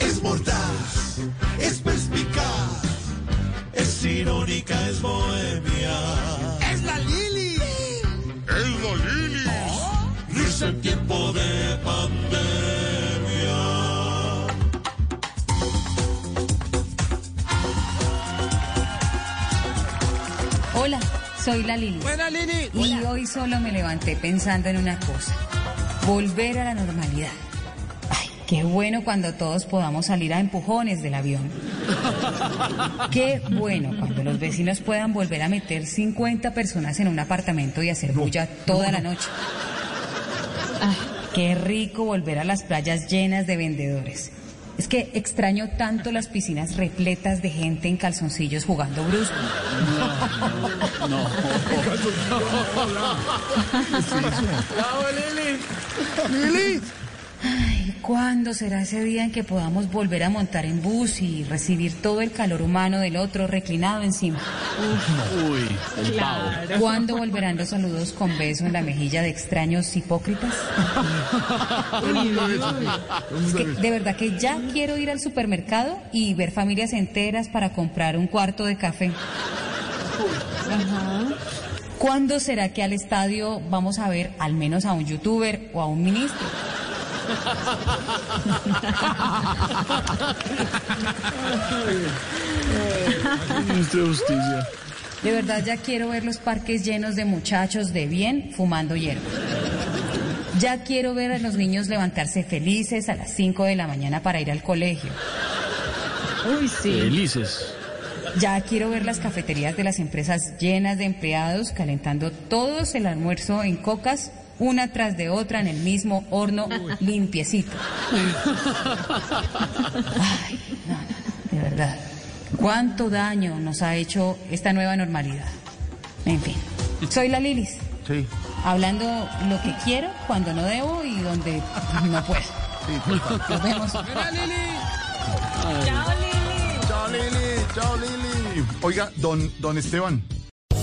Es mordaz, es perspicaz, es irónica, es bohemia. ¡Es la Lili! ¿Oh? ¡Es la Lili! Risa en tiempo de pandemia. Hola, soy la Lili. Buena Lili. Y hoy solo me levanté pensando en una cosa, volver a la normalidad. Ay, qué bueno cuando todos podamos salir a empujones del avión. Qué bueno cuando los vecinos puedan volver a meter 50 personas en un apartamento y hacer bulla toda la noche. Ay, qué rico volver a las playas llenas de vendedores. Es que extraño tanto las piscinas repletas de gente en calzoncillos jugando brusco. Bravo, Lili. Ay, ¿cuándo será ese día en que podamos volver a montar en bus y recibir todo el calor humano del otro reclinado encima? Uy, el pavo. ¿Cuándo volverán los saludos con beso en la mejilla de extraños hipócritas? Es que de verdad que ya quiero ir al supermercado y ver familias enteras para comprar un cuarto de café. Ajá. ¿Cuándo será que al estadio vamos a ver al menos a un youtuber o a un ministro? Ministro de Justicia. De verdad ya quiero ver los parques llenos de muchachos de bien fumando hierba. Ya quiero ver a los niños levantarse felices a las 5 de la mañana para ir al colegio. Uy, sí. Felices. Ya quiero ver las cafeterías de las empresas llenas de empleados calentando todos el almuerzo en cocas, una tras de otra en el mismo horno limpiecito. Ay, no, no, no, de verdad. ¿Cuánto daño nos ha hecho esta nueva normalidad? En fin, soy la Lilis, Sí, hablando lo que quiero, cuando no debo y donde no puedo. Nos vemos. Chao, Lili. Chao, Lili. Oiga, don, don Esteban.